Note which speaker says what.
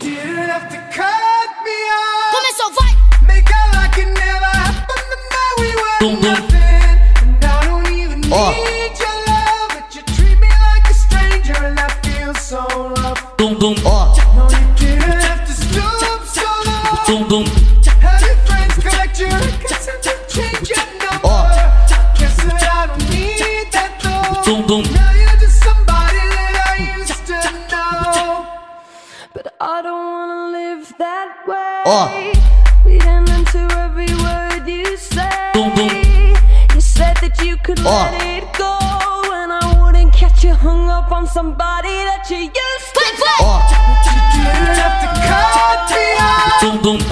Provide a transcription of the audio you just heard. Speaker 1: have to cut me off.
Speaker 2: Começou, vai!
Speaker 1: Make out like it never happened and that we were
Speaker 3: Boom, boom. Oh.
Speaker 1: nothing. And I don't even
Speaker 4: Ó.
Speaker 1: need your love, but you treat me like a stranger and I feel so rough.
Speaker 3: Dum dum
Speaker 4: Ó,
Speaker 1: No, you didn't have to stoop so low.
Speaker 3: dum dum
Speaker 1: Have your friends collect your records and you change your number.
Speaker 3: Oh.
Speaker 4: Ó.
Speaker 1: Guess that I don't need that though.
Speaker 3: dum dum
Speaker 1: Now you're just somebody that I used to know.
Speaker 5: But I don't wanna live that way.
Speaker 4: Ó.
Speaker 5: Leading into every word you say.
Speaker 3: Dum, dum.
Speaker 5: You said that you could
Speaker 4: Ó.
Speaker 5: let it go, and I wouldn't catch you hung up on somebody that you used to.
Speaker 2: Vai, vai!
Speaker 4: ó,
Speaker 1: You didn't have to cut me off.
Speaker 3: dum dum